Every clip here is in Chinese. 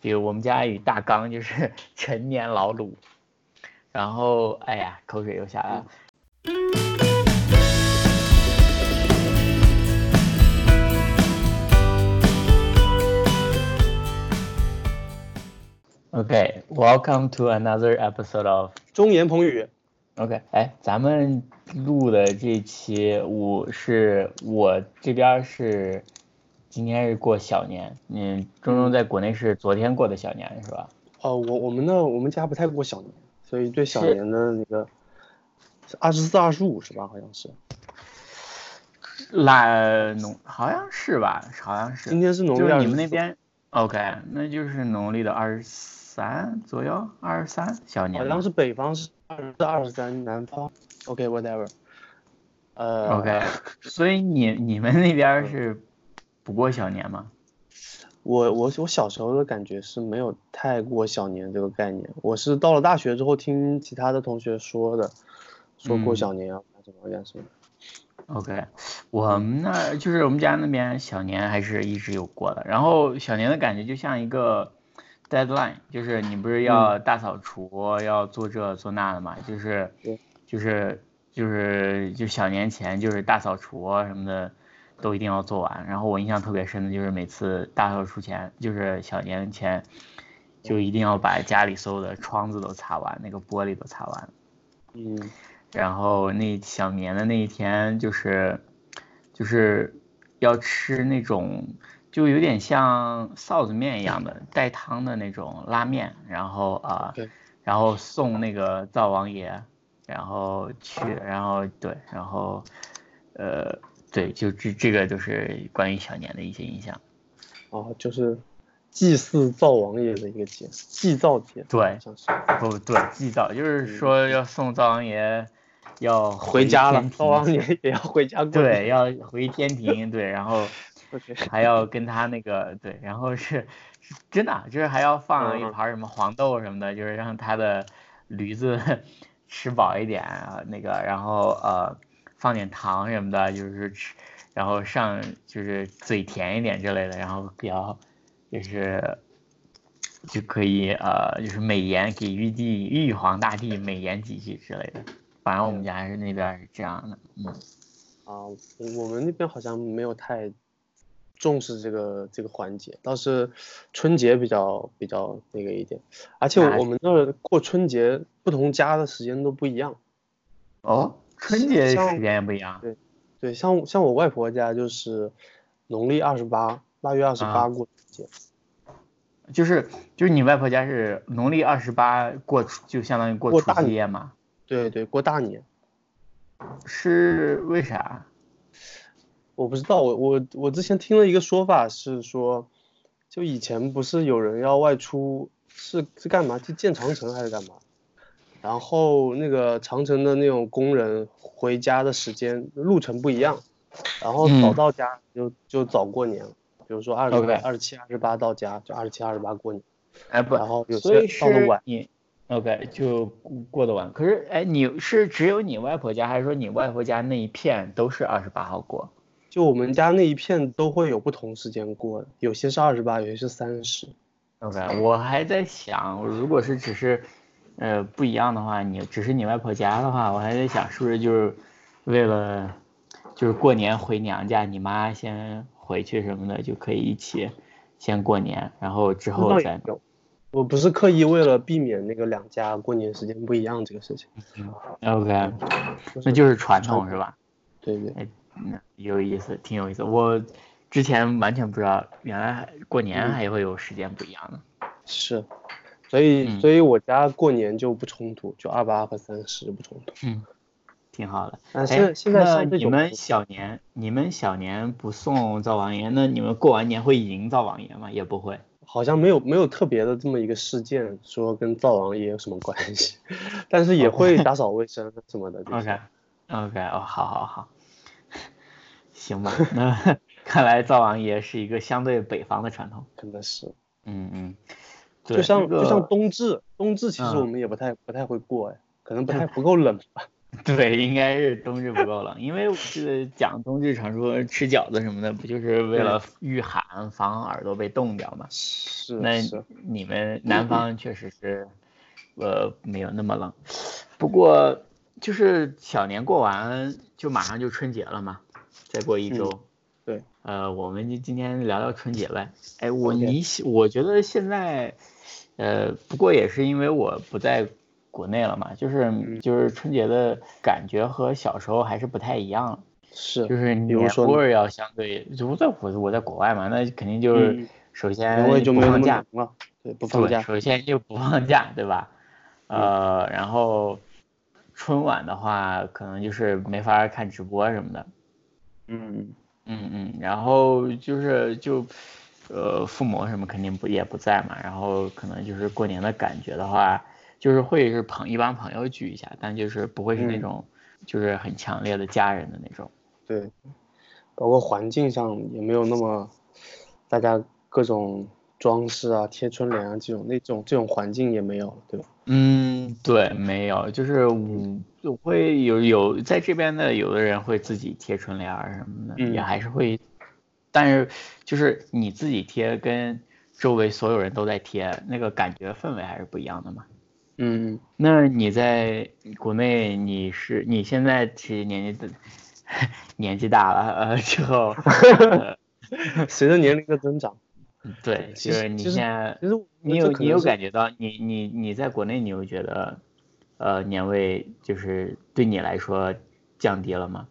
比如我们家与大纲就是 陈年老卤，然后哎呀，口水又下来了。OK, welcome to another episode of 中言彭语， OK，哎，咱们录的这期我是我这边儿是今天是过小年，嗯，中中在国内是昨天过的小年是吧？哦，我我们那我们家不太过小年，所以对小是年的那个二十四、二十五是吧？好像是，腊农好像是吧，好像是。今天是农就历是二你们那边，OK，那就是农历的二十三左右，二十三小年好吧。像是北方是二十四、二十三，南方 OK whatever，呃 OK，所以你你们那边儿是不过小年吗？我我我小时候的感觉是没有太过小年这个概念，我是到了大学之后听其他的同学说的，说过嗯小年要干什么干什么， OK，我们那儿就是我们家那边小年还是一直有过的，然后小年的感觉就像一个 deadline，就是你不是要大扫除，要做这做那的嘛，就是对就是就是就小年前就是大扫除啊什么的都一定要做完。然后我印象特别深的就是每次大扫除前，就是小年前就一定要把家里所有的窗子都擦完，那个玻璃都擦完。嗯，然后那小年的那一天就是，就是要吃那种就有点像臊子面一样的带汤的那种拉面，然后啊、 OK 然后送那个灶王爷，然后去，然后对，然后呃，对，就这这个就是关于小年的一些印象。哦，就是祭祀灶王爷的一个节，祭灶节，对好，像是。不对，祭灶就是说要送灶王爷，要回家了天，灶庭王爷也要 回家过年。对，要回天庭，对，然后 OK 还要跟他那个对，然后是是真的，啊就是还要放一嗯嗯盘儿什么黄豆什么的，就是让他的驴子 吃饱一点啊，那个，然后呃放点糖什么的，就是吃，然后上就是嘴甜一点之类的，然后比较就是。就可以呃，就是美言给玉帝、玉皇大帝美言几句之类的，反正我们家是那边儿是这样的，嗯。啊，我我们那边好像没有太重视这个这个环节，倒是春节比较比较那个一点，而且哪我们那儿过春节不同家的时间都不一样。哦，春节像时间也不一样。对，像像我外婆家就是农历二十八，腊月二十啊八过春节。就是就是你外婆家是农历二十八过除，就相当于过过除大夕年夜嘛？对对，过大年。是为啥？我不知道，我我我之前听了一个说法是说，就以前不是有人要外出，是是干嘛？去建长城还是干嘛？然后那个长城的那种工人回家的时间路程不一样，然后早嗯到家就、就早过年了，比如说二十 OK 二十七、二十八到家，就二十七、二十八过年，哎不然，后有所以些是到的晚，你 OK 就过得晚。可是哎，你是只有你外婆家，还是说你外婆家那一片都是二十八号过？就我们家那一片都会有不同时间过，有些是二十八，有些是三十。 OK，我还在想，我如果是只是，呃，不一样的话，你只是你外婆家的话，我还在想是不是就是为了，就是过年回娘家，你妈先回去什么的，就可以一起先过年，然后之那倒后也再有。我不是刻意为了避免那个两家过年时间不一样这个事情， OK，那就是传传统统是吧？对对，哎，嗯，有意思，挺有意思。我之前完全不知道，原来过年嗯还会有时间不一样的。是，所以嗯所以我家过年就不冲突，就二八和三十不冲突。嗯，挺好的。但现哎在，现在那相对你有们小年，你们小年不送灶王爷，那你们过完年会迎灶王爷吗？也不会。好像没有没有特别的这么一个事件说跟灶王爷有什么关系， 但是也哦会打扫卫生什么的。就是 OK，OK，、哦，好好好， 行吧。那看来灶王爷是一个相对北方的传统。可能是，嗯嗯，对，就像这个就像冬至，冬至其实嗯我们也不太不太会过，哎，可能不太不够冷吧。对，应该是冬至不够冷，因为我记得讲冬至传说吃饺子什么的，不就是为了御寒，防耳朵被冻掉嘛？是那是，你们南方确实是，呃，没有那么冷。不过就是小年过完就马上就春节了嘛，再过一周。嗯对。呃，我们就今天聊聊春节呗。哎，我 OK 你喜我觉得现在，呃，不过也是因为我不在国内了嘛，嗯就是就是春节的感觉和小时候还是不太一样了。是就是比如年说味呢儿要相对，就我在我我在国外嘛，那肯定就是嗯首因先为就不没有那放么假冷，了，对，不放对，假，嗯首先就不放假，对吧？呃，然后春晚的话，可能就是没法看直播什么的。嗯，嗯嗯，然后就是就，呃，父母什么肯定不也不在嘛，然后可能就是过年的感觉的话，就是会是朋一帮朋友聚一下，但就是不会是那嗯种就是很强烈的家人的那种。对，包括环境上也没有那么，大家各种装饰啊、贴春联啊这种那种这种环境也没有了，对吧？嗯，对，没有，就是我我会有有在这边的，有的人会自己贴春联儿什么的，也嗯还是会，但是就是你自己贴跟周围所有人都在贴，那个感觉氛围还是不一样的嘛。嗯，那你在国内，你是你现在其实年纪 的年纪大了，呃，之 后呃， 随着年龄的增长，对，其就实是你其实现在。其实我你觉有得这可你能有是感觉到你你你在国内你有觉得，呃，年味就是对你来说降低了吗？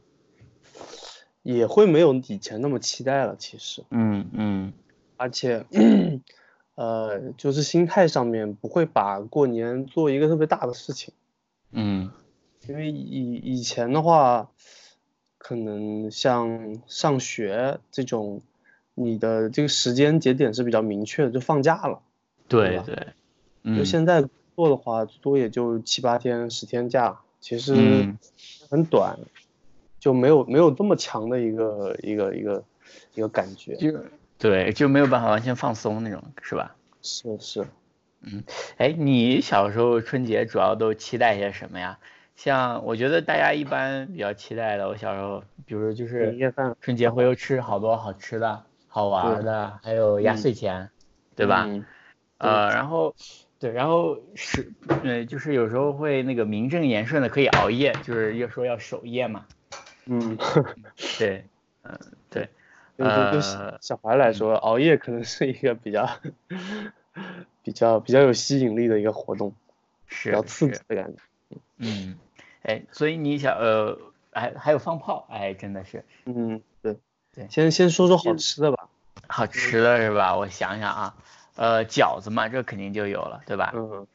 也会没有以前那么期待了，其实，嗯嗯而且， 呃，就是心态上面不会把过年做一个特别大的事情。嗯因为以以前的话，可能像上学这种，你的这个时间节点是比较明确的，就放假了。对吧对，就嗯现在做的话，最多也就七八天、十天假，其实嗯很短，就没有没有这么强的一个一个一个一个感觉。就对就没有办法完全放松那种，是吧？是是，哎，你小时候春节主要都期待些什么呀？像我觉得大家一般比较期待的，我小时候，比如就年是夜饭春节会有吃好多好吃的、好玩儿对的，还有压嗯岁钱，对吧？嗯呃，然后对，然后是呃，就是有时候会那个名正言顺的可以熬夜，就是又说要守夜嘛。 嗯，对，嗯、对，对对对小呃，小孩来说，熬夜可能是一个比较 比较比较有吸引力的一个活动，比是较刺激是，的感觉。嗯，哎，所以你想呃，还还有放炮，哎，真的是嗯，对对先先说说好嗯吃的吧。好吃的是吧？我想想啊，呃，饺子嘛，这肯定就有了，对吧？嗯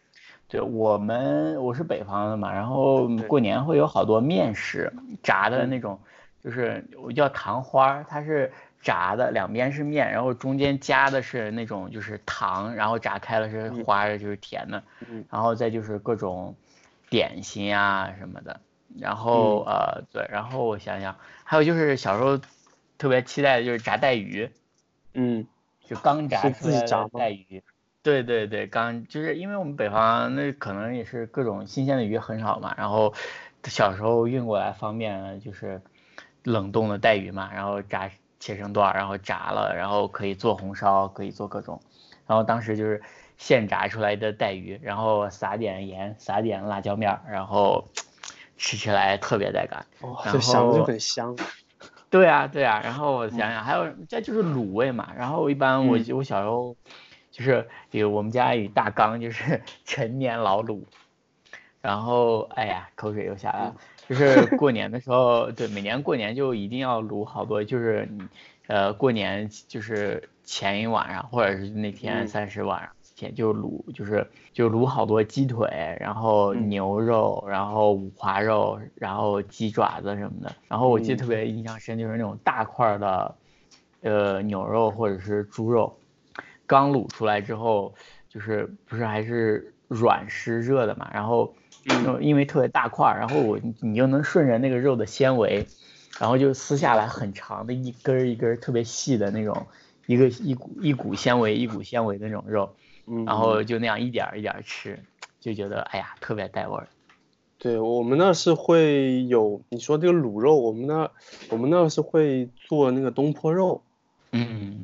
对我们，我是北方的嘛，然后对嗯过年会有好多面食，炸的那种，就是我叫糖花儿，它是炸的，两边是面，然后中间夹的是那种就是糖，然后炸开了是嗯花儿，就是甜的，嗯然后再就是各种点心啊什么的，然后嗯呃对，然后我想想，还有就是小时候特别期待的就是炸带鱼，嗯就刚炸是出自己来炸的吗带鱼。对对对，刚就是因为我们北方那可能也是各种新鲜的鱼很少嘛，然后小时候运过来方便就是冷冻的带鱼嘛，然后炸切成段儿，然后炸了，然后可以做红烧，可以做各种，然后当时就是现炸出来的带鱼，然后撒点盐，撒点辣椒面儿，然后吃起来特别带感。哦，然就想着就后很香。对啊，对啊，然后我想想，还有再就是卤味嘛。然后一般我嗯我小时候就是有我们家有一大缸，就是 陈年老卤。然后哎呀，口水又下来了。嗯就是 过年的时候，对，每年过年就一定要卤好多，就是你呃过年就是前一晚上，或者是那天嗯三十晚上前就卤，就是就卤好多鸡腿，然后嗯牛肉，然后五花肉，然后鸡爪子什么的。然后我记得嗯特别印象深，就是那种大块儿的，呃牛肉或者是猪肉，刚卤出来之后，就是不是还是软湿热的嘛，然后嗯因为特别大块儿，然后我你又能顺着那个肉的纤维，然后就撕下来很长的一根儿一根儿特别细的那种，一个一股一股纤维一股纤维的那种肉，嗯，然后就那样一点儿一点儿吃，就觉得哎呀特别带味儿。对我们那是会有你说这个卤肉，我们那我们那是会做那个东坡肉，嗯，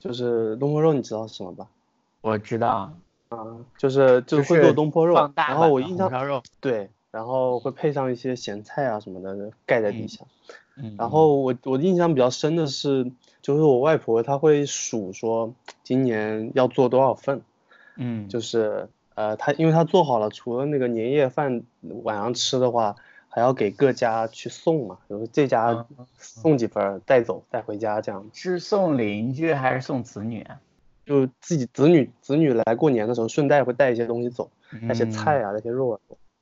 就是东坡肉，你知道是什么吧？我知道，啊，就是就就是会做是东坡肉，放大然版后我的印红象烧肉，对，然后会配上一些咸菜啊什么的盖在底嗯下。嗯，然后我我印象比较深的是，就是我外婆她会数说今年要做多少份，嗯，就是呃，她因为她做好了，除了那个年夜饭晚上吃的话，还要给各家去送嘛，比如说这家嗯送几份儿带走带回家这样，是送邻居还是送子女啊？就自己子女子女来过年的时候顺带会带一些东西走，带些嗯菜，啊，带些肉啊。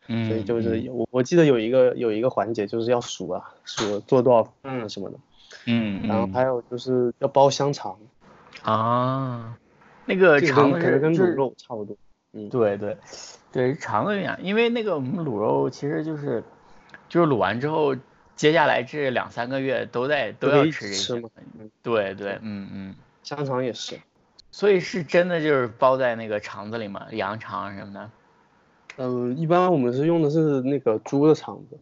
嗯，所以就是嗯有我我记得有一个有一个环节就是要数啊，数做多少份啊什么的，嗯，然后嗯还有就是要包香肠，啊，那个这个肠子跟可能是跟就卤是肉差不多。嗯，对对，对肠子有点，因为那个我们卤肉其实就是，就是卤完之后，接下来这两三个月都在都就可要以吃这吃些嘛东西嗯对对，嗯嗯，香肠也是，所以是真的就是包在那个肠子里嘛，羊肠什么的。嗯、一般我们是用的是那个猪的肠子，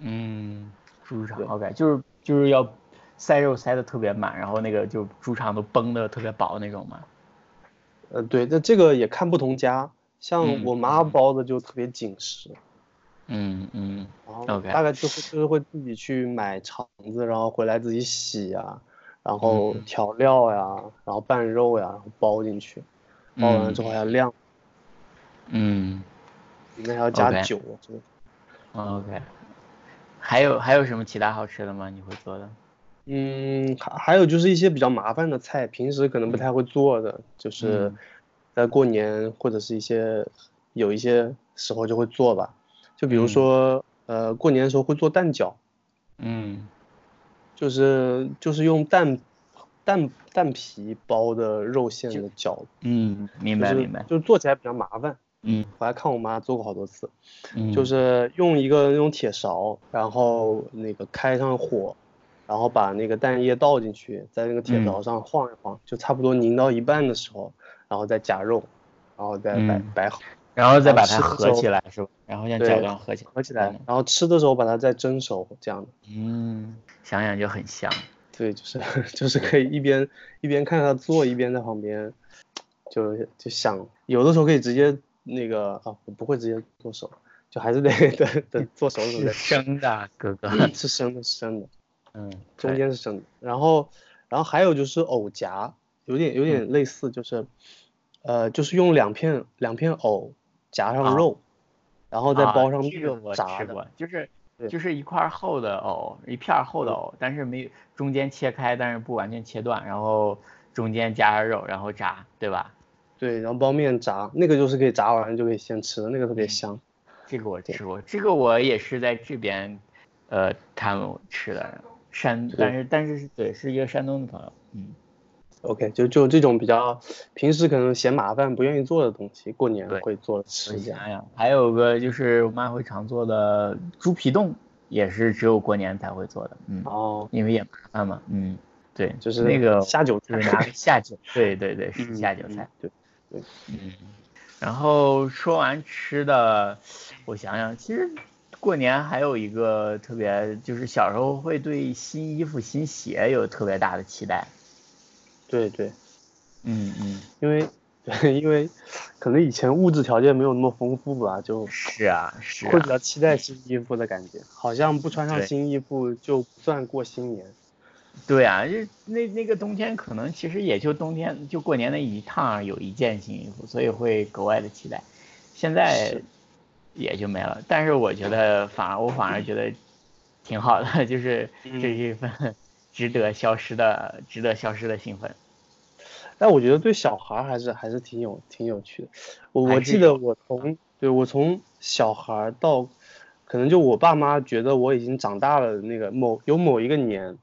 嗯，猪肠对 OK，就是就是要塞肉塞的特别满，然后那个就猪肠都崩的特别薄那种嘛。呃，对，那这个也看不同家，像嗯我妈包的就特别紧实，嗯嗯然后 OK 大概就会就是会自己去买肠子，然后回来自己洗啊，然后嗯调料呀、然后拌肉呀、然后包进去，包完了之后还要晾。嗯里面还要加 OK 酒啊什么的。嗯 OK，还有还有什么其他好吃的吗？你会做的？嗯，还还有就是一些比较麻烦的菜，平时可能不太会做的，就是嗯在过年或者是一些有一些时候就会做吧。就比如嗯说，呃，过年的时候会做蛋饺，嗯就是就是用蛋蛋蛋皮包的肉馅的饺，嗯，明就白是明白。就是做起来比较麻烦。嗯我还看我妈做过好多次，嗯，就是用一个那种铁勺，然后那个开上火，然后把那个蛋液倒进去，在那个嗯铁勺上晃一晃，就差不多凝到一半的时候，然后再夹肉，然后再摆、嗯摆好然后再把好它吃的时合候起来是吧？然后像对饺子合起来，合起来，然后吃的时候把它再蒸熟，这样的。嗯，想想就很香。对，就是 就是可以一边一边看她做，一边在旁边就就想，有的时候可以直接那个啊，我不会直接做熟，就还是得 等等做熟了之后是再生的，哥哥。吃，是生的，是生的。 嗯，中对，间是生的。然后，然后还有就是藕夹，有点有嗯点类似，就是，呃，就是用两片两片藕夹上啊肉，然后再啊包上这个我炸吃的。过，就是对就是一块儿厚的藕，一片儿厚的藕，但是没有中间切开，但是不完全切断，然后中间夹上肉，然后炸，对吧？对，然后包面炸，那个就是可以炸完就可以先吃的，那个特别嗯香。这个我对吃过，这个我也是在这边，呃，他们吃的山，但是但是是对，是一个山东的朋友，嗯， OK，就就这种比较平时可能嫌麻烦不愿意做的东西，过年对会做我吃这样。想想，还有个就是我妈会常做的猪皮冻，也是只有过年才会做的，嗯，哦，因为也麻烦嘛，嗯，对，就是那个下酒就是菜拿个下酒，对对对，是嗯下酒菜嗯，对，嗯，然后说完吃的，我想想，其实过年还有一个特别，就是小时候会对新衣服、新鞋有特别大的期待。对对，嗯嗯，因为 对，因为可能以前物质条件没有那么丰富吧，就。是啊是会啊比，较期待新衣服的感觉，好像不穿上对新衣服就不算过新年。对啊，就那那个冬天可能其实也就冬天就过年那一趟有一件新衣服，所以会格外的期待。现在是也就没了，但是我觉得反而我反而觉得挺好的， 就是这嗯是一份值得消失的、值得消失的兴奋。但我觉得对小孩儿还是还是挺有挺有趣的。我还我是记得有我从对我从小孩儿到，可能就我爸妈觉得我已经长大了，那个某有某一个年，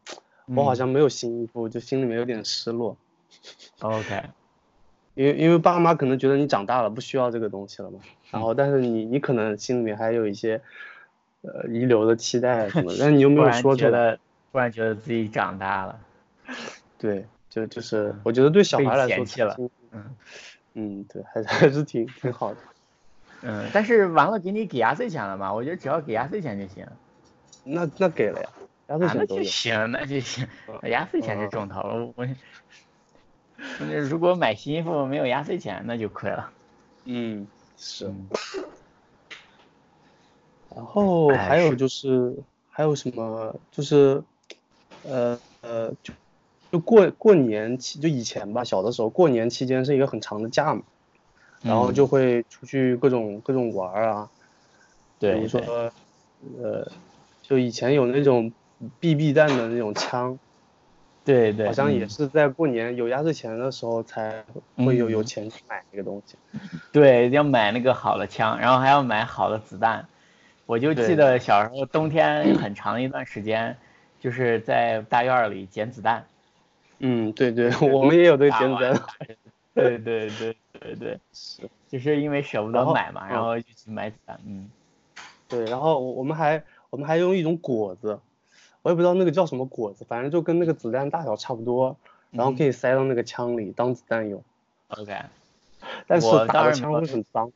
我好嗯像没有新衣服，就心里面有点失落， OK，因为因为爸妈可能觉得你长大了不需要这个东西了嗯嘛。 然后但是你你可能心里面还有一些，呃遗留的期待什么的，但你又 没突有然说出觉来。得突然觉得自己长大了，对，就就是我觉得对小被孩来嫌 说，弃了他心嗯嗯，对，还是还是挺挺好的。嗯，但是完了给你给压岁钱了嘛？我觉得只要给压岁钱就行。那那给了呀，压岁啊，那钱都就有。行，那就行。嗯压岁钱是重头，我我我这如果买新衣服没有压岁钱，那就亏了。嗯，是。嗯然后哎还有是就是还有什么就是，呃呃，就就过过年期就以前吧，小的时候过年期间是一个很长的假嘛，然后嗯就会出去各种各种玩儿啊，比对如说对，呃，就以前有那种 BB 弹的那种枪，对对，好像也嗯是在过年有压岁钱的时候才会有有嗯钱去买那个东西。对，要买那个好的枪，然后还要买好的子弹。我就记对得小时候冬天很长一段时间，就是在大院儿里捡子弹。嗯，对对，我们也有这个打简完单，对对对对对，是就是因为舍不然得后买嘛，然嗯后就去买子弹。嗯，对，然后我我们还我们还用一种果子，我也不知道那个叫什么果子，反正就跟那个子弹大小差不多，然后可以塞到那个枪里当子弹用， OK，但是我打当的然枪没有会很脏。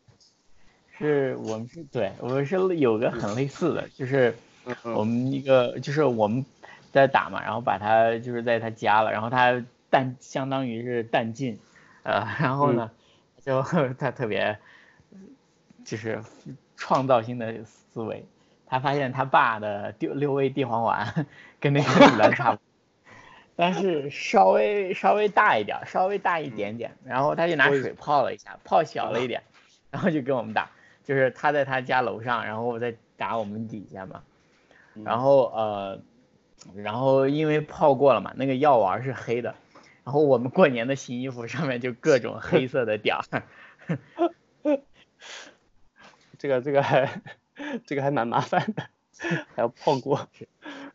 是我们是对，我们是有个很类似的，就是嗯我们一个就是我们在打嘛，然后把他就是在他家了，然后他弹相当于是弹尽，呃， 然后嗯呢，就他特别就是创造性的思维，他发现他爸的六六味地黄丸 跟那个子弹差不多。但是稍微稍微大一点儿，稍微大一点点，然后他就拿嗯我以水泡了一下，泡小了一 点，然后就跟我们打，就是他在他家楼上，然后我在打我们底下嘛，嗯然后呃，然后因为泡过了嘛，那个药丸是黑的，然后我们过年的新衣服上面就各种黑色的点儿， 这个这个还这个还蛮麻烦的，还要泡锅。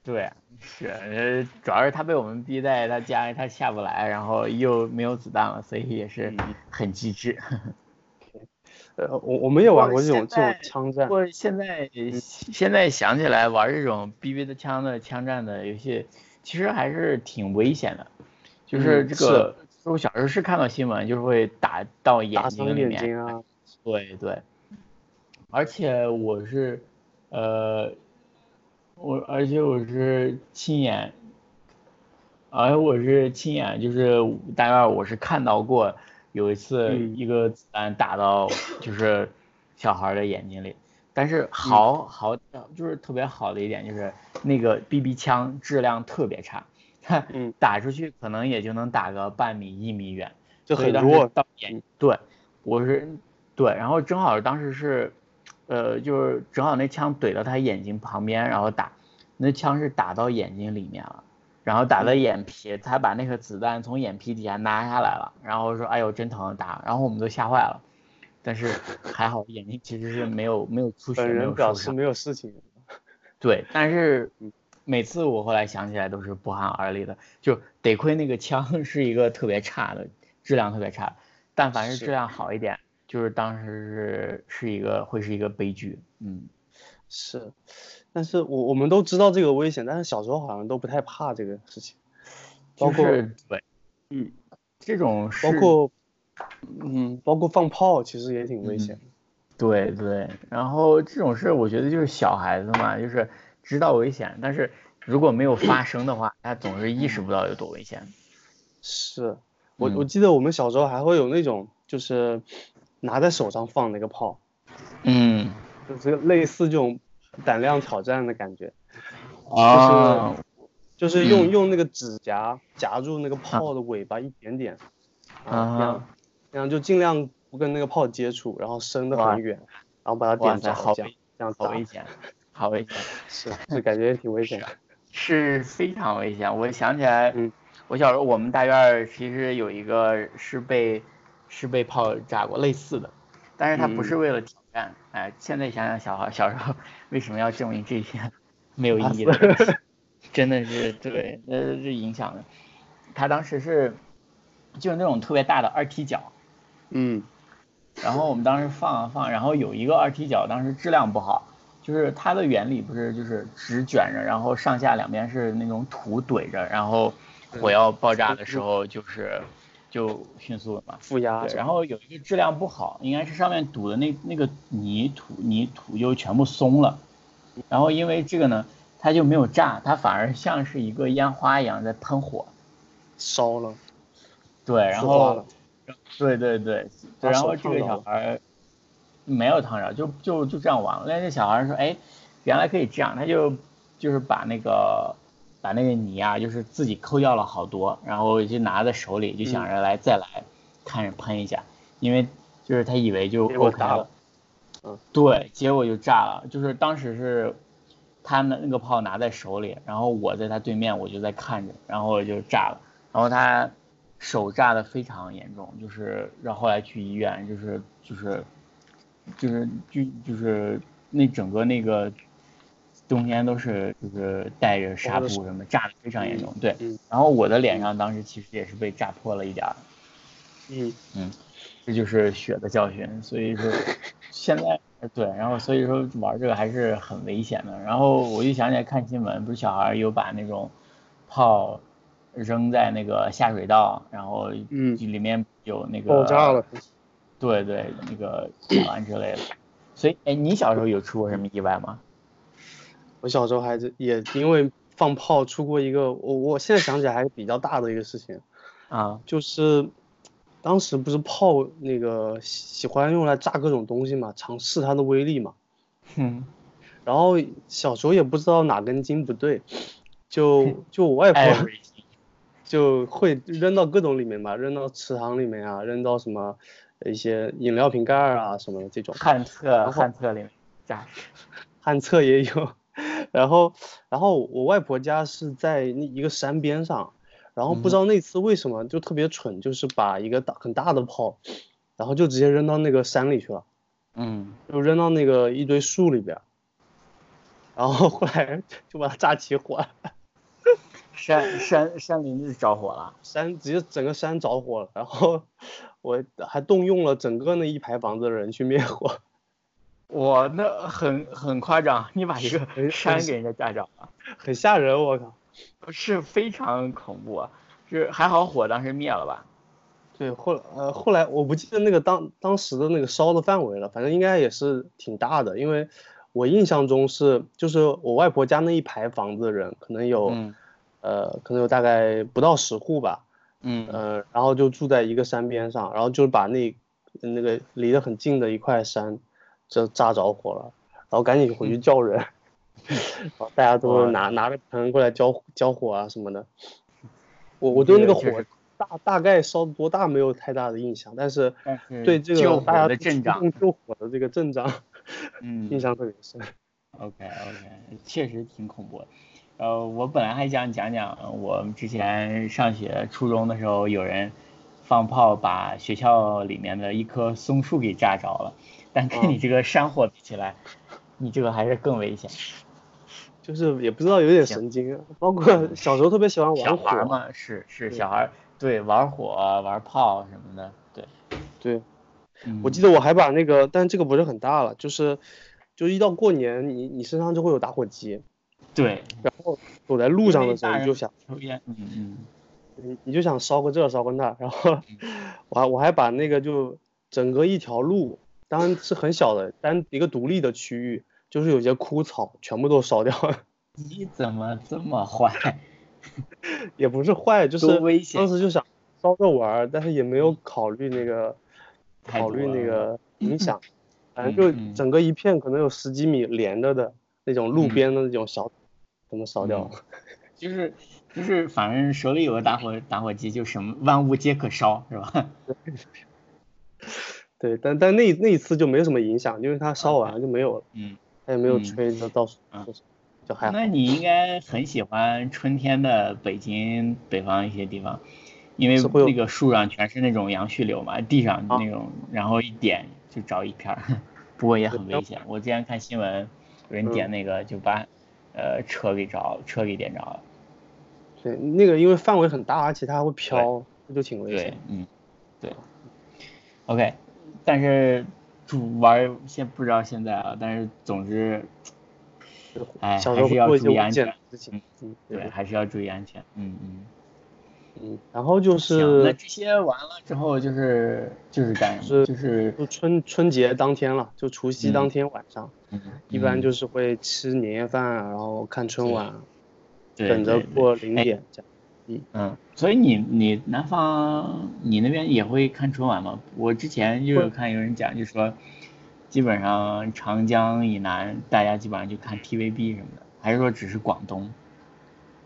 对，是，呃主要是他被我们逼在他家，他下不来，然后又没有子弹了，所以也是嗯很机智。呃，我我们也玩不过过这种现这种在枪不战，过现在现在想起来玩这种 BB 的枪的枪战的游戏，其实还是挺危险的。就是嗯这个，就是我小时候是看到新闻，就是会打到眼打伤睛里眼面。睛啊，对对，而且我是，呃，我而且我是亲眼，而且我是亲眼，就是大概我是看到过有一次嗯一个子弹打到就是小孩儿的眼睛里，但嗯是好好就是特别好的一点就是那个 BB 枪质量特别差， 它嗯打出去可能也就能打个半米一米远。就所以很当时弱。到眼嗯对，我是对，然后正好当时是，呃，就是正好那枪怼到他眼睛旁边，然后打，那枪是打到眼睛里面了，然后嗯打到眼皮，他把那个子弹从眼皮底下拿下来了，然后说哎呦真疼打，然后我们都吓坏了，但是还好眼睛其实是没有没有出血，本没人有表受示伤。没有事情。对，但是嗯每次我后来想起来都是不寒而栗的，就得亏那个枪 是一个特别差的，质量特别差的，但凡是是质量好一点，就是当时是是一个会是一个悲剧，嗯，是，但是我我们都知道这个危险，但是小时候好像都不太怕这个事情，包就括是对，嗯，这种包事括，嗯，包括放炮其实也挺危险的。嗯对对，然后这种事我觉得就是小孩子嘛，就是知道危险，但是如果没有发生的话，他总是意识不到有多危险，是我嗯我记得我们小时候还会有那种就是拿在手上放那个炮，嗯，就是类似这种胆量挑战的感觉，啊，就是用、嗯用那个指甲夹住那个炮的尾巴一点点，啊这样这样就尽量不跟那个炮接触，然后升得哇很远，然后把它哇点塞，着，好这样危这样好打危险，好危险。是是感觉也挺危险的。是啊非常危险。我想起来，嗯我小时候我们大院儿其实有一个是被是被炮炸过类似的，但是他不是为了挑战。哎，现在想想小孩小时候为什么要证明这些 没有意义的东西？真的是对，那是影响的。他当时是就是那种特别大的二踢脚，嗯然后我们当时放啊放，然后有一个二踢脚，当时质量不好，就是它的原理不是就是直卷着，然后上下两边是那种土怼着，然后火药爆炸的时候就是就迅速了嘛。负压对，然后有一个质量不好，应该是上面堵的那那个泥土泥土就全部松了，然后因为这个呢，它就没有炸，它反而像是一个烟花一样在喷火。烧了，对，然说话后了，对对对，把然手后这烫个着小了孩儿没有烫着，就就就这样玩了。但是小孩儿说，哎，原来可以这样，他就就是把那个把那个泥啊，就是自己抠掉了好多，然后就拿在手里，就嗯想着来、再来看着喷一下，因为就是他以为就结果 OK 炸了嗯对，结果就炸了，就是当时是。他那那个炮拿在手里，然后我在他对面，我就在看着，然后就炸了。然后他手炸的非常严重，就是然后后来去医院，就是就是就是就就是那整个那个冬天都是就是带着纱布什么炸的非常严重，对嗯。然后我的脸上当时其实也是被炸破了一点儿，嗯，嗯，这就是血的教训，所以 说现在对，然后所以说玩这个还是很危险的。然后我就想起来看新闻，不是小孩儿有把那种炮扔在那个下水道，然后嗯里面有那个爆炸了，。对对，那个甲烷之类的。所以，哎，你小时候有出过什么意外吗？我小时候还是也因为放炮出过一个，我我现在想起来还是比较大的一个事情，啊，就是当时不是炮那个喜喜欢用来炸各种东西嘛，尝试它的威力嘛。哼，然后小时候也不知道哪根筋不对，就就我外婆哎，就会扔到各种里面嘛，扔到池塘里面啊，扔到什么呃一些饮料瓶盖儿啊什么的这种，旱厕旱厕里面炸旱厕也有。 然后，然后我外婆家是在那一个山边上，然后不知道那次为什么就特别蠢，就是把一个大很大的炮，然后就直接扔到那个山里去了。嗯，就扔到那个一堆树里边儿，然后后来就把它炸起火了，山山山林子着火了。山直接整个山着火了，然后我还动用了整个那一排房子的人去灭火，哇，那很很夸张，你把一个很山给人家炸着了，很吓人，我靠！是非常恐怖啊。是还好火当时灭了吧？对，后呃后来我不记得那个当当时的那个烧的范围了，反正应该也是挺大的，因为我印象中是就是我外婆家那一排房子的人可能有、嗯呃可能有大概不到十户吧，嗯呃，然后就住在一个山边上，然后就是把那那个离得很近的一块山，这炸着火了，然后赶紧回去叫人， 然后大家都嗯哇拿拿着盆过来浇浇火啊什么的。我我这对那个个嗯确火实大大概烧多大没有太大的印象，但是但是对这救个火大家的都阵出仗动救火的这个阵仗嗯印象特别深。 OK OK，确实挺恐怖的。呃，我本来还想讲讲呃我们之前上学初中的时候，有人放炮把学校里面的一棵松树给炸着了，但跟嗯你这个山火比起来，你这个还是更危险。就是也不知道有点神经啊，包括小时候特别喜欢小玩孩儿火，嘛，是是对小孩儿，对，玩火、啊玩炮什么的，对。对，我记得得我还把那个，但这个不是很大了，就是，就一到过年，你你身上就会有打火机，对，然后走在路上因为的时候，大人你就想，抽烟，嗯嗯，你你就想烧个这烧个那，然后 我还我还把那个就整个一条路，当然是很小的单一个独立的区域，就是有些枯草全部都烧掉了，你怎么这么坏？ 也不是坏，就是多危险嗯当时就想烧着玩儿，但是也没有考虑那个太考虑多那了个 影响，反正嗯就嗯整个一片可能有十几米连着的那种路边的那种小，怎么烧掉嗯了？就是就是，反正手里有个打火打火机，就什么万物皆可烧，是吧？ 对，但但那那一次就没什么影响，因为它烧完了就没有了，嗯，它也没有嗯吹就到处啊就是就还好。那你应该很喜欢春天的北京北方一些地方，因为是会有那个树上全是那种杨絮柳嘛，地上啊那种，然后一点就着一片儿， 不过也很对嗯危险。我之前看新闻，有人点那个就把呃车给着了，车给点着了。对，那个因为范围很大，而且它还会飘，这就挺危险对的。，嗯，对。OK，但是主玩儿现不知道现在啊，但是总之，哎，小还时候哎是会要做一些注意危安险全的。事情，嗯，对，还是要注意安全。嗯嗯。嗯，然后就行那是这些完了之后就是就是干什么？是就是就春春节当天了，就除夕嗯当天晚上，一般就就是会吃年夜饭啊，然后看春晚啊，等着过。过零点这样。嗯，所以你你南方你那边也会看春晚吗？我之前就会有看有人讲，就说基本上长江以南大家基本上就看 TVB 什么的，还是说只是广东？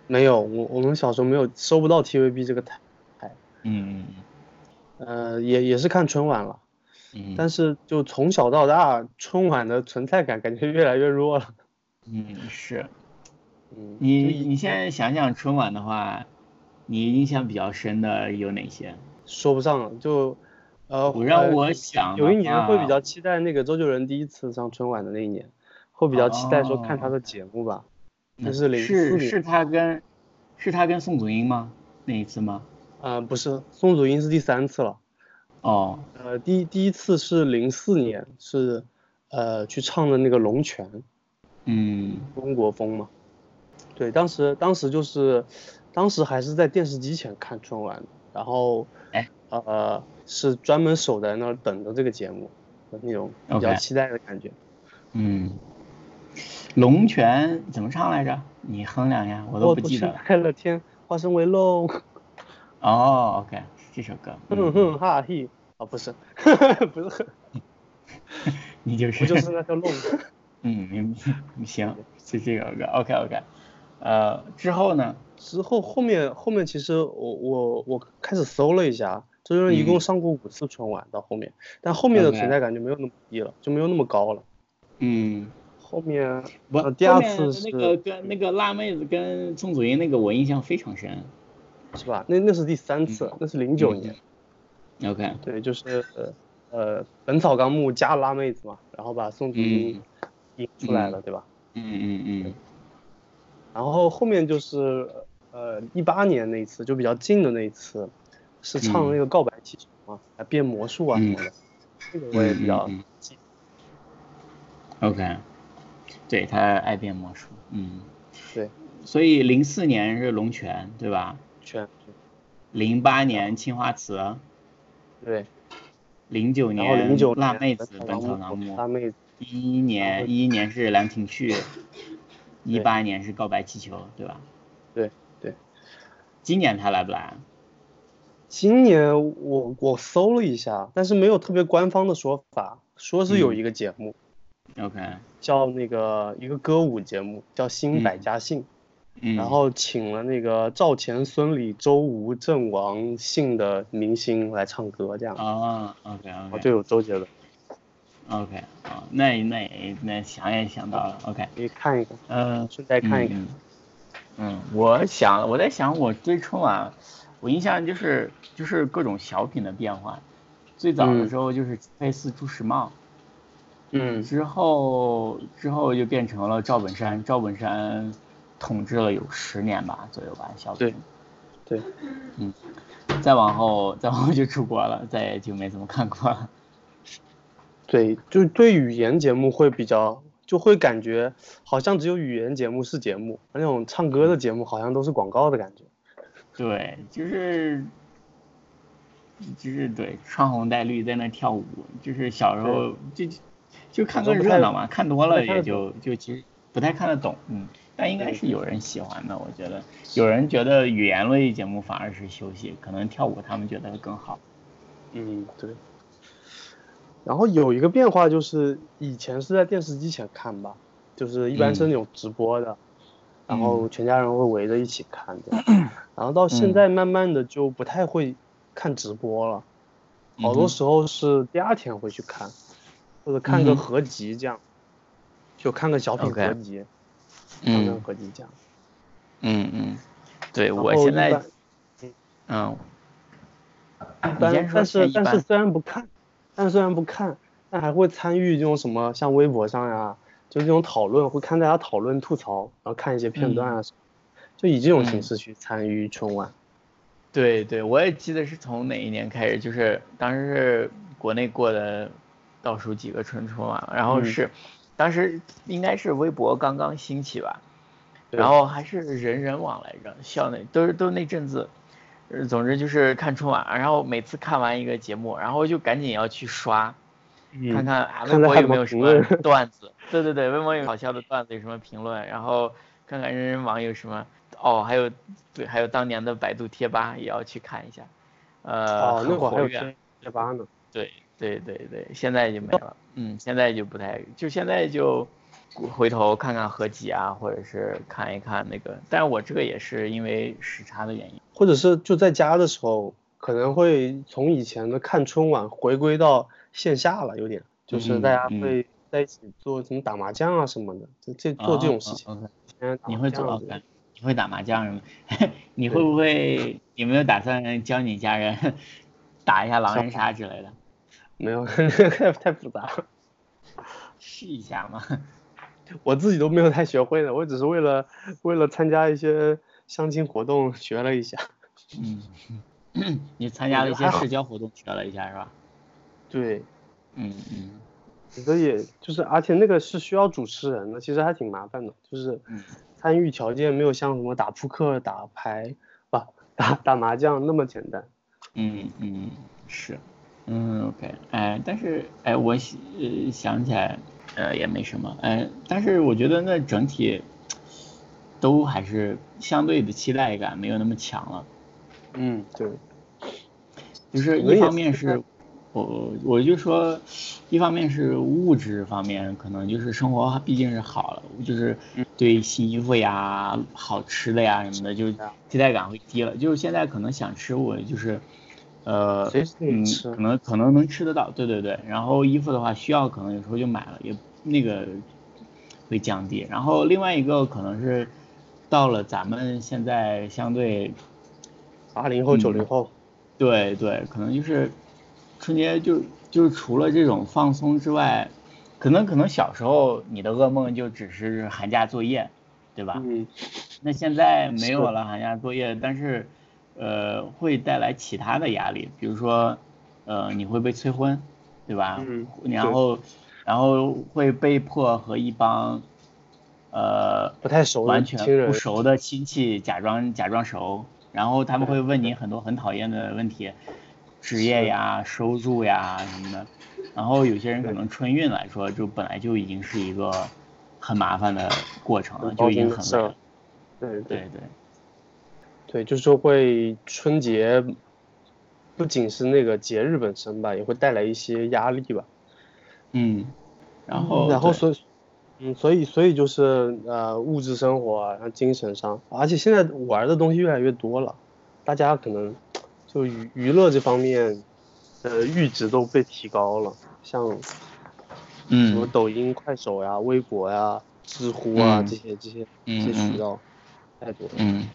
没有，我我们小时候没有收不到 TVB 这个台，哎嗯嗯呃，也也是看春晚了，嗯，但是就从小到大，春晚的存在感感觉越来越弱了。嗯是嗯，你就以你现在想想春晚的话，你印象比较深的有哪些？说不上了，就呃，我让呃我想有一的年会比话较期待那个周杰伦第一次上春晚的那一年，会比较期待说看他哦的节目吧。嗯就是零四是年是他跟是他跟宋祖英吗？那一次吗？呃，不是，宋祖英是第三次了。哦，呃，第第一次是零四年，是呃去唱的那个《龙泉》，嗯中国风嘛。对，当时当时就是，当时还是在电视机前看春晚，然后哎呃是专门守在那儿等着这个节目的那种比较 OK 期待的感觉。嗯，龙泉怎么唱来着？你哼两下，我都我不不记是得了。快乐天，化身为龙，哦，OK，是这首歌。哼嗯，哼哈嘿，啊不是， 不是， 你就是不就是那条龙。嗯，你行，是这首歌。OK OK，呃，之后呢？之后后面后面其实我我我开始搜了一下，周杰伦一嗯共上过五次春晚到后面，但后面的 OK 存在感就没有那么低了，就没有那么高了。嗯，后面我、呃第二后面次是那个跟那个辣妹子跟宋祖英那个，我印象非常深。是吧？那那是第三嗯次，那是零九年， OK，对，就是呃呃《本草纲目》加辣妹子嘛，然后把宋祖英引出来了，对吧？嗯嗯嗯然后后面就是呃一八年那一次，就比较近的那一次，是唱嗯那个告白气球嘛，啊变魔术啊什么的，这个我也比较嗯嗯嗯记得。 ，OK，对他爱变魔术。嗯，对，所以零四年是龙泉，对吧？全零八年青花瓷，对，零九然后年零九辣妹子本草本草纲纲目辣，妹子一一然后年一一年是兰亭序，一八年是告白气球，对吧？对对。今年他来不来？今年我我搜了一下，但是没有特别官方的说法，说是有一个节目、 ？OK，叫那个一个歌舞节目叫《新百家姓》，嗯，然后请了那个赵钱孙李周吴郑王姓的明星来唱歌，这样。哦，OK 啊， OK 对，有周杰伦， OK，好，那也那也那想也想到了，OK，可以看一看，嗯，顺带看一看。嗯嗯，我想我在想我对春晚，我印象就是就是各种小品的变换，最早的嗯时候就是类似朱时茂。嗯之后之后就变成了赵本山，赵本山统治了有十年吧左右吧，小品。对，嗯，再往后再往后就出国了，再也就没怎么看过了。对，就对语言节目会比较，就会感觉好像只有语言节目是节目，那种唱歌的节目好像都是广告的感觉。对，就是就是对，穿红戴绿在那跳舞，就是小时候就就看个热闹嘛，看多了也就就其实不太看得懂，嗯，但应该是有人喜欢的，我觉得有人觉得语言类节目反而是休息，可能跳舞他们觉得更好。嗯，对。然后有一个变化就是，以前是在电视机前看吧，就是一般嗯是那种直播的，然后全家人会围着一起看这样。 然后到现在慢慢的就不太会看直播了，好嗯多哼时候是第二天会去看，或者看个嗯哼合集这样，就看个小品 OK 合集，看个嗯合集这样。嗯嗯，对然我后现一在般嗯，你但先说但是一但是般虽然不看，但虽然不看，但还会参与这种什么像微博上呀，就这种讨论，会看大家讨论吐槽，然后看一些片嗯段啊什么，就以这种形式去参与春晚。对对，我也记得是从哪一年开始，就是当时是国内过的倒数几个春春晚，然后嗯是、当时应该是微博刚刚兴起吧，对然后还是人人网来着，校内都是都那阵子，呃总之就是看春晚，然后每次看完一个节目，然后就赶紧要去刷，看看啊微嗯看看博还有有没有什什么么评 段子，对对对，微博有好笑的段子，有什么评论，然后看看人人网有什么，哦，还有对，还有当年的百度贴吧也要去看一下，呃，哦，很那会儿还活有跃，贴贴吧呢。对对对对，现在就没了，嗯，现在就不太，就现在就回头看看合集啊，或者是看一看那个，但是我这个也是因为时差的原因。或者是就在家的时候，可能会从以前的看春晚回归到线下了，有点就是大家嗯嗯会在一起做什么打麻将啊什么的，就这做这种事情。哦哦哦以前打麻你会将做啊哦对你会打麻将是吗？ 你会不会有没有打算教你家人打一下狼人杀之类的？没有， 太太复杂了，试一下嘛。我自己都没有太学会呢，我只是为了为了参加一些相亲活动学了一下。嗯， 你参加了一些社交活动学了一下是吧？对，嗯嗯觉得也就是，而且那个是需要主持人的，其实还挺麻烦的，就是嗯参与条件没有像什么打扑克、打牌不打打麻将那么简单。嗯嗯，是。嗯，OK，哎，但是哎，我想、呃、想起来，呃，也没什么，哎，但是我觉得那整体都还是相对的期待感没有那么强了。嗯，对，就是我一也方面是是，我我就说，一方面是物质方面，可能就是生活毕竟是好了，就是嗯对新衣服呀、好吃的呀什么的，就是啊期待感会低了。就是现在可能想吃，我就是，呃随时，可以嗯，吃可能可能能吃得到，对对对。然后衣服的话，需要可能有时候就买了，也那个会降低。然后另外一个可能是到了咱们现在相对八零后、嗯九零后，对对，可能就是春节就就是除了这种放松之外，可能可能小时候你的噩梦就只是寒假作业，对吧？嗯，那现在没有是了寒假作业，但是呃会带来其他的压力，比如说呃你会被催婚，对吧？嗯然对后然后会被迫和一帮呃不太熟的完亲全人不，熟的亲戚假装假装熟，然后他们会问你很多很讨厌的问题，职业呀、收入呀什么的。然后有些人可能春运来说，就本来就已经是一个很麻烦的过程了，很啊就高已经兴的很事累了儿。。对对对对，对，就是会春节不仅是那个节日本身吧，也会带来一些压力吧。嗯，然后然后对所以，嗯，所以所以就是呃，物质生活啊，然后精神上，而且现在玩的东西越来越多了，大家可能就娱娱乐这方面的阈值都被提高了，像什么嗯抖音、快手呀、微博呀、知乎啊嗯这些这些这嗯些嗯渠道太多了。嗯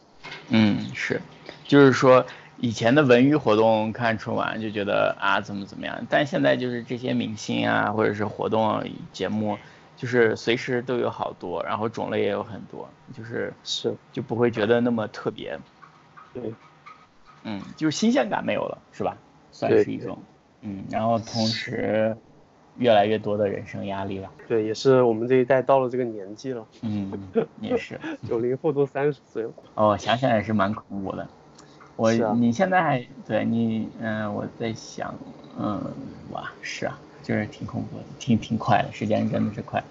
嗯是，就是说以前的文娱活动看春晚就觉得啊怎么怎么样，但现在就是这些明星啊或者是活动啊节目，就是随时都有好多，然后种类也有很多，就是是，就不会觉得那么特别，对，嗯，就是新鲜感没有了，是吧？算对是一种，嗯，然后同时越来越多的人生压力吧，对，也是我们这一代到了这个年纪了，嗯，也是。九零后都三十 岁了。哦，想想也是蛮恐怖的。我、是啊你现在还对你嗯、我在想嗯哇是啊，就是挺恐怖的，挺挺快的，时间真的是快。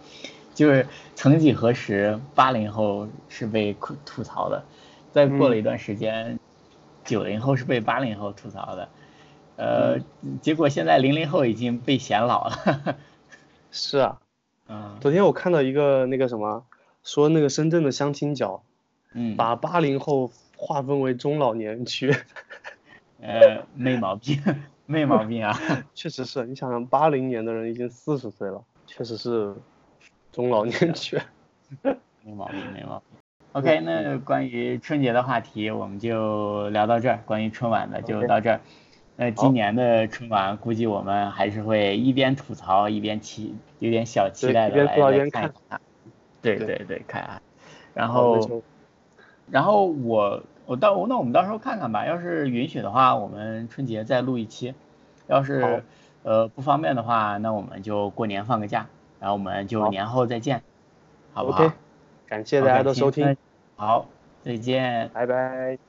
就是曾几何时，八零后是被吐吐槽的，再过嗯了一段时间，九零、后是被八零后吐槽的，呃，嗯结果现在零零后已经被显老了。 是啊，嗯昨天我看到一个那个什么，说那个深圳的相亲角，嗯，把八零后划分为中老年区， 呃没毛病， 没毛病啊。确实是你想想，八零年的人已经四十岁了，确实是中老年区。没毛病，没毛病。OK，那关于春节的话题我们就聊到这儿，关于春晚的就 OK 到这儿。那好今年的春晚估计我们还是会一边吐槽一边期有点小期对待一的边来吐槽一来边看一看看。对对对对，看啊。然好后那就然后我我到那我们到时候看看吧，要是允许的话，我们春节再录一期；要好是呃不方便的话，那我们就过年放个假，然后我们就好年后再见，好不好 OK，感谢大家的收听，好，再见。拜拜。